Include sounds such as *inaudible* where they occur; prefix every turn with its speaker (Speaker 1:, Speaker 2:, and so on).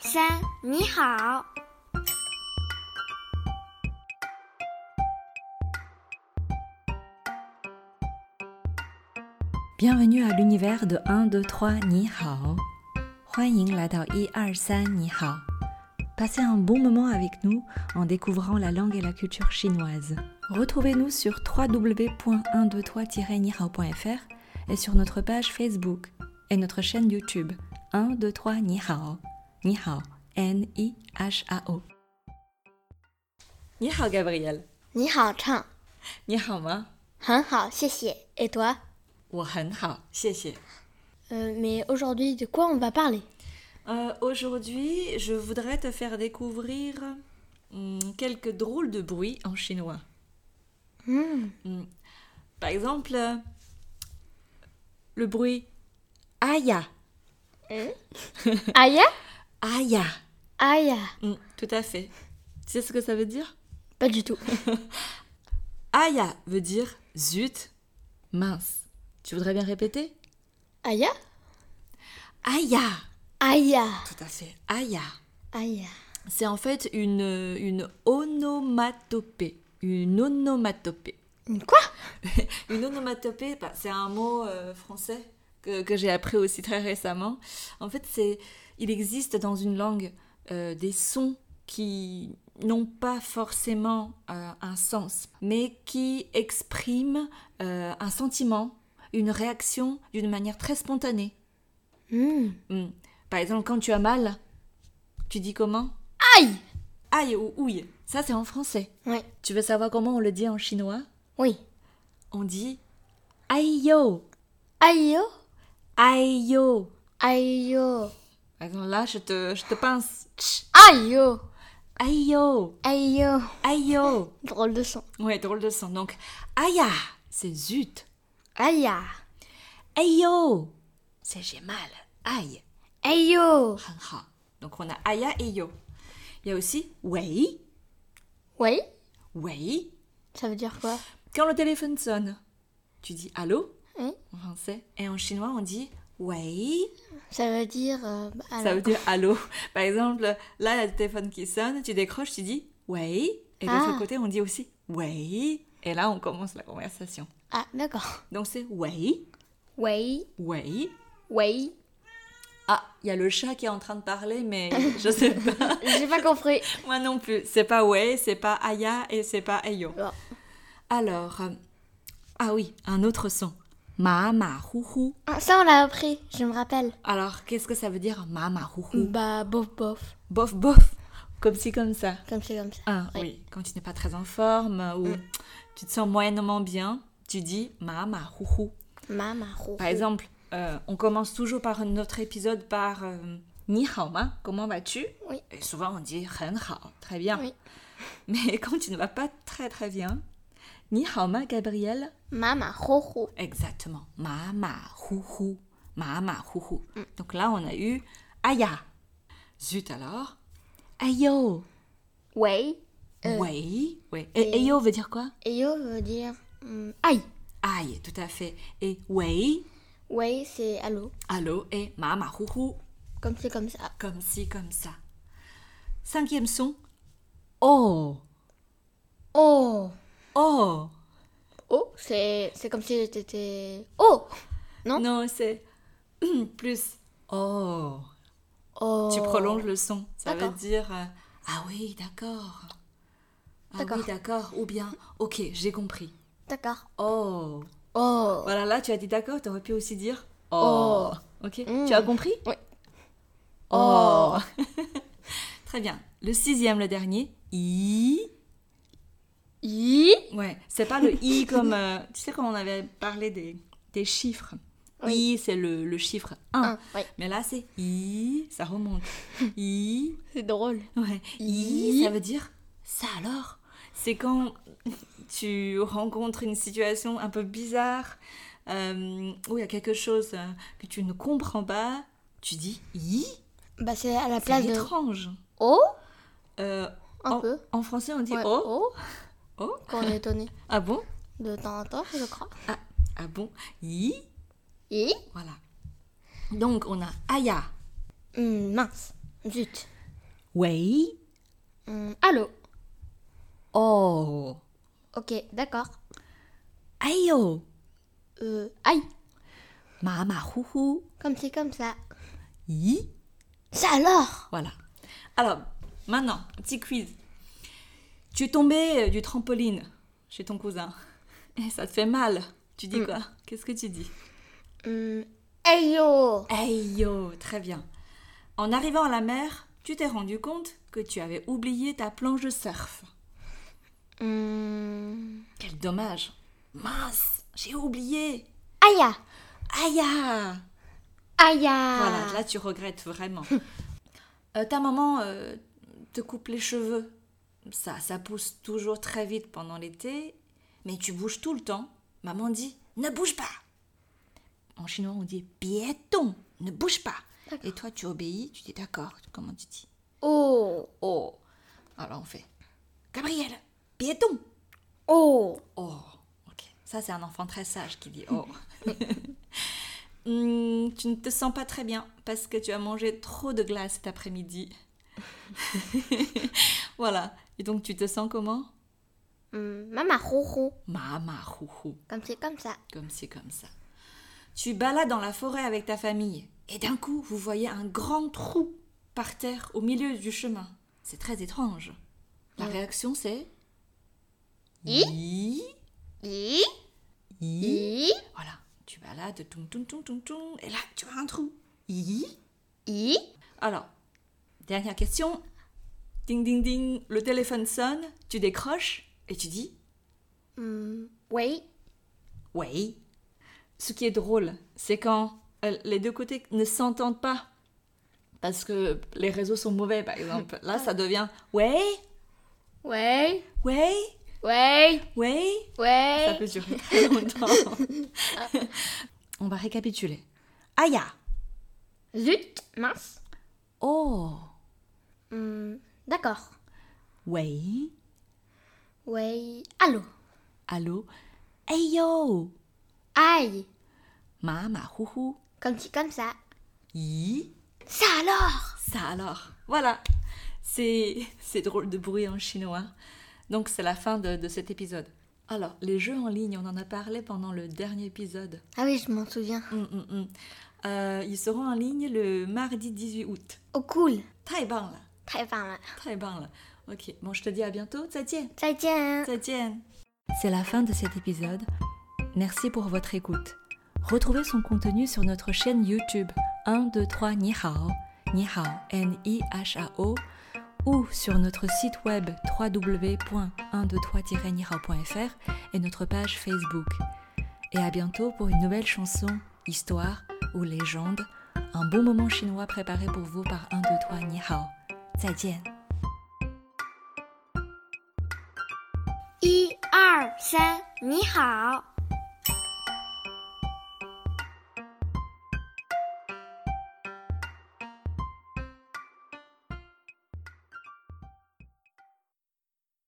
Speaker 1: 三，你好。
Speaker 2: Bienvenue à l'univers de 1, 2, 3, ni hao. ni hao. Passez un bon moment avec nous en découvrant la langue et la culture chinoise. Retrouvez-nous sur www.123-nihao.fr et sur notre page Facebook et notre chaîne YouTube 123 ni hao. Ni hao. N I H A O. Ni hao Gabriel.
Speaker 1: 你好，唱
Speaker 2: Ni hao ma.
Speaker 1: 很好，谢谢。Et toi Euh, Mais aujourd'hui, de quoi on va parler
Speaker 2: Euh, Aujourd'hui, je voudrais te faire découvrir hum, quelques drôles de bruits en chinois.
Speaker 1: Hmm,
Speaker 2: Hum. Par exemple, euh, le bruit aya,
Speaker 1: Aya
Speaker 2: aya.
Speaker 1: Aya.
Speaker 2: Hum, tout à fait. Tu sais ce que ça veut dire
Speaker 1: Pas du tout.
Speaker 2: Aya veut dire zut, mince. Tu voudrais bien répéter
Speaker 1: Aya
Speaker 2: Aya.
Speaker 1: Aya.
Speaker 2: Tout à fait, aya.
Speaker 1: Aya.
Speaker 2: C'est en fait une, une onomatopée. Une onomatopée.
Speaker 1: Une Quoi
Speaker 2: Une onomatopée, bah, c'est un mot euh, français que, que j'ai appris aussi très récemment. En fait, c'est, il existe dans une langue euh, des sons qui n'ont pas forcément euh, un sens, mais qui expriment euh, un sentiment, une réaction d'une manière très spontanée.
Speaker 1: Hmm.
Speaker 2: Hmm. Par exemple, quand tu as mal, tu dis comment
Speaker 1: Aïe
Speaker 2: Aïe ou ouille. Ça, c'est en français.
Speaker 1: Ouais.
Speaker 2: Tu veux savoir comment on le dit en chinois
Speaker 1: Oui.
Speaker 2: On dit aïe yo.
Speaker 1: Aïe oh.
Speaker 2: Aïe yo.
Speaker 1: Aïe oh.
Speaker 2: Par exemple, Ah là, je te, je te pince. Tch.
Speaker 1: Aïe oh.
Speaker 2: Aïe yo.
Speaker 1: Aïe oh.
Speaker 2: Aïe yo.
Speaker 1: Drôle de son.
Speaker 2: Ouais, drôle de son. Donc, aïe ah, c'est zut.
Speaker 1: Aïe ah.
Speaker 2: Aïe yo. C'est j'ai mal. Aïe.
Speaker 1: Aïe oh.
Speaker 2: Han ha. Donc, on a aïe ah et yo. Il y a aussi wei.
Speaker 1: Oui
Speaker 2: Wei.
Speaker 1: Ça veut dire quoi
Speaker 2: Quand le téléphone sonne, tu dis allô
Speaker 1: Oui.
Speaker 2: en français. Et en chinois, on dit wei.
Speaker 1: Ça veut dire. euh, bah,
Speaker 2: Ça
Speaker 1: alors-
Speaker 2: veut dire allô. Par exemple, là, il y a le téléphone qui sonne, tu décroches, tu dis oui. Et de
Speaker 1: Ah.
Speaker 2: l'autre côté, on dit aussi oui. Et là, on commence la conversation.
Speaker 1: Ah, d'accord.
Speaker 2: Donc, c'est oui,
Speaker 1: Oui.
Speaker 2: oui.
Speaker 1: Oui.
Speaker 2: Ah, il y a le chat qui est en train de parler, mais je sais pas.
Speaker 1: J'ai pas compris.
Speaker 2: Moi non plus. C'est pas ouais, c'est pas aya et c'est pas ayo.
Speaker 1: Bon.
Speaker 2: Alors, euh, ah oui, un autre son. Ma ma hou hou.
Speaker 1: Ah, Ça, on l'a appris, je me rappelle.
Speaker 2: Alors, qu'est-ce que ça veut dire ma ma hou hou
Speaker 1: Bah, bof bof.
Speaker 2: Bof bof. Comme ci, comme ça.
Speaker 1: Comme c'est comme ça.
Speaker 2: Ah
Speaker 1: Oui. Mm.
Speaker 2: oui. quand tu n'es pas très en forme euh, ou tu te sens moyennement bien, tu dis ma ma hou hou.
Speaker 1: Mama roux.
Speaker 2: Par exemple, euh, on commence toujours par notre épisode par euh, ni hao ma, comment vas-tu
Speaker 1: Oui.
Speaker 2: Et souvent on dit hen hao, très bien.
Speaker 1: Oui.
Speaker 2: *laughs* Mais quand tu ne vas pas très très bien, ni hao ma Gabriel,
Speaker 1: Mama roux.
Speaker 2: exactement, ma ma hou hou, ma ma hou hou.
Speaker 1: Mm.
Speaker 2: Donc là on a eu aya. Zut alors. Ayo.
Speaker 1: Oui. Euh.
Speaker 2: Oui, oui. Et ayo veut dire quoi
Speaker 1: Et yo veut dire. hum, aïe.
Speaker 2: Aïe, tout à fait. Et wei,
Speaker 1: Oui, c'est allô.
Speaker 2: allô et mama houhou,
Speaker 1: Comme c'est comme ça.
Speaker 2: comme ci, comme ça. Cinquième son. Oh,
Speaker 1: Oh.
Speaker 2: oh.
Speaker 1: Oh, c'est c'est comme si t'étais. Oh. Non.
Speaker 2: Non, c'est *clears throat* plus oh.
Speaker 1: Oh.
Speaker 2: Tu prolonges le son. Ça veut
Speaker 1: D'accord.
Speaker 2: dire euh, ah oui, d'accord. Ah oui,
Speaker 1: D'accord.
Speaker 2: d'accord. Ou bien ok, j'ai compris.
Speaker 1: D'accord.
Speaker 2: Oh.
Speaker 1: Oh.
Speaker 2: Voilà, là tu as dit d'accord, tu aurais pu aussi dire
Speaker 1: Oh.
Speaker 2: oh. Ok,
Speaker 1: Mm.
Speaker 2: tu as compris
Speaker 1: Oui.
Speaker 2: Oh. *laughs* Très bien. Le sixième, le dernier. I.
Speaker 1: I.
Speaker 2: Ouais, c'est pas le
Speaker 1: *laughs*
Speaker 2: i comme. euh, tu sais, quand on avait parlé des, des chiffres.
Speaker 1: Oui.
Speaker 2: I, c'est le, le chiffre 1.
Speaker 1: Un. Oui.
Speaker 2: Mais là, c'est i, ça remonte. *laughs* I.
Speaker 1: C'est drôle.
Speaker 2: Ouais.
Speaker 1: I.
Speaker 2: I, ça veut dire ça alors. C'est quand tu rencontres une situation un peu bizarre, euh, où il y a quelque chose euh, que tu ne comprends pas, tu dis i.
Speaker 1: Bah, c'est à la
Speaker 2: C'est
Speaker 1: place de.
Speaker 2: étrange.
Speaker 1: Oh.
Speaker 2: Euh,
Speaker 1: Un
Speaker 2: en,
Speaker 1: peu.
Speaker 2: en français, on dit
Speaker 1: Ouais,
Speaker 2: oh.
Speaker 1: Oh.
Speaker 2: Oh.
Speaker 1: Qu'on est étonné.
Speaker 2: Ah bon
Speaker 1: De temps en temps, je crois.
Speaker 2: Ah bon I.
Speaker 1: I.
Speaker 2: *laughs* Voilà. Donc, on a aya.
Speaker 1: Hum, mince. Mm, Zut.
Speaker 2: 喂,
Speaker 1: Hum, allô
Speaker 2: oh,
Speaker 1: Ok, d'accord.
Speaker 2: aïe oh,
Speaker 1: Euh, aïe
Speaker 2: ma ma hou hou,
Speaker 1: Comme c'est comme ça.
Speaker 2: yi.
Speaker 1: Ça alors
Speaker 2: Voilà. Alors, maintenant, petit quiz. Tu es tombé euh, du trampoline chez ton cousin. *laughs* Et ça te fait mal. Tu dis quoi Qu'est-ce que tu dis
Speaker 1: Hum, Aïe yo
Speaker 2: Aïe yo, très bien. En arrivant à la mer, tu t'es rendu compte que tu avais oublié ta planche de surf.
Speaker 1: Hum,
Speaker 2: Quel dommage. Mince, j'ai oublié.
Speaker 1: Aïe
Speaker 2: Aïe ah
Speaker 1: Aïe
Speaker 2: Voilà, là tu regrettes vraiment. Ah. *laughs* Euh, ta maman euh, te coupe les cheveux. Ça, ça pousse toujours très vite pendant l'été, mais tu bouges tout le temps. Maman dit ne bouge pas. En chinois, on dit piéton, ne bouge pas. Et toi, tu obéis, tu dis d'accord. Comment tu dis
Speaker 1: Oh
Speaker 2: Oh. Alors on fait Gabriel, piéton.
Speaker 1: Oh
Speaker 2: Oh, ok. Ça, c'est un enfant très sage qui dit
Speaker 1: *laughs*
Speaker 2: oh. Hmm, tu ne te sens pas très bien parce que tu as mangé trop de glace cet après-midi. *laughs* voilà. Et donc, tu te sens comment
Speaker 1: Hum, Maman roux
Speaker 2: Mama, houhou.
Speaker 1: Comme c'est comme ça.
Speaker 2: Comme c'est comme ça. Tu balades dans la forêt avec ta famille et d'un coup, vous voyez un grand trou par terre au milieu du chemin. C'est très étrange. La
Speaker 1: Ouais.
Speaker 2: réaction, c'est.
Speaker 1: Hi
Speaker 2: Hi,
Speaker 1: I
Speaker 2: hi.
Speaker 1: I
Speaker 2: Voilà, tu vas là, de toum toum toum toum toum, et là, tu as un trou. Hi.
Speaker 1: I
Speaker 2: Alors, dernière question. Ding ding ding, le téléphone sonne, tu décroches et tu dis
Speaker 1: Hum, Oui
Speaker 2: oui. Ce qui est drôle, c'est quand euh, les deux côtés ne s'entendent pas. Parce que les réseaux sont mauvais, par exemple. Là, ça devient ouais,
Speaker 1: Ouais
Speaker 2: ouais,
Speaker 1: Ouais
Speaker 2: ouais. Ça
Speaker 1: Ouais
Speaker 2: peut durer très longtemps. On va récapituler. Aya.
Speaker 1: Zut Mince
Speaker 2: Oh.
Speaker 1: Hum, D'accord.
Speaker 2: Ouais.
Speaker 1: Ouais Allô
Speaker 2: Allô Hey yo
Speaker 1: Aïe
Speaker 2: Ma, ma, houhou
Speaker 1: Comme c'est comme ça.
Speaker 2: Yi
Speaker 1: Ça alors
Speaker 2: Ça alors Voilà C'est c'est drôle de bruit en chinois. Donc c'est la fin de, de cet épisode. Alors, les jeux en ligne, on en a parlé pendant le dernier épisode.
Speaker 1: Ah oui, je m'en souviens.
Speaker 2: Hum, hum, hum. Euh, ils seront en ligne le mardi 18 août.
Speaker 1: Oh cool
Speaker 2: Très bien là
Speaker 1: Très bien. là.
Speaker 2: Très bien là Ok, bon je te dis à bientôt, Zatien
Speaker 1: 再见。
Speaker 2: C'est la fin de cet épisode. Merci pour votre écoute. Retrouvez son contenu sur notre chaîne YouTube 1, 2, 3, Ni Hao, Ni Hao, N-I-H-A-O, ou sur notre site web www.123-nihao.fr et notre page Facebook. Et à bientôt pour une nouvelle chanson, histoire ou légende, un bon moment chinois préparé pour vous par 1, 2, 3, Ni Hao. 再见
Speaker 1: 一二三，你好。